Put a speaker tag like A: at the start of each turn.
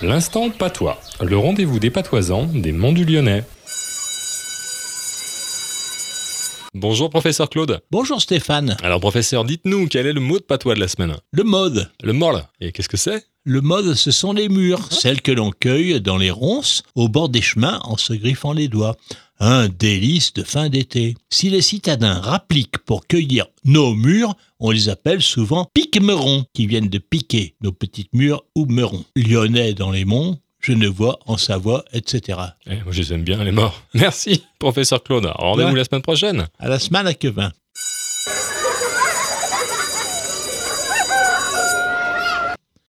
A: L'instant patois, le rendez-vous des patoisans des Monts du Lyonnais. Bonjour professeur Claude.
B: Bonjour Stéphane.
A: Alors professeur, dites-nous quel est le mot de patois de la semaine
B: Le mode.
A: Le morle. Et qu'est-ce que c'est
B: Le mode, ce sont les murs, celles que l'on cueille dans les ronces, au bord des chemins, en se griffant les doigts. Un délice de fin d'été. Si les citadins rappliquent pour cueillir nos murs, on les appelle souvent pique-merons, qui viennent de piquer nos petites murs ou merons. Lyonnais dans les monts, Genevois, en Savoie, etc.
A: Eh, Moi je les aime bien, les morts. Merci professeur Claude. Rendez-vous
B: Ouais.
A: la semaine prochaine.
B: À la semaine à Quevin.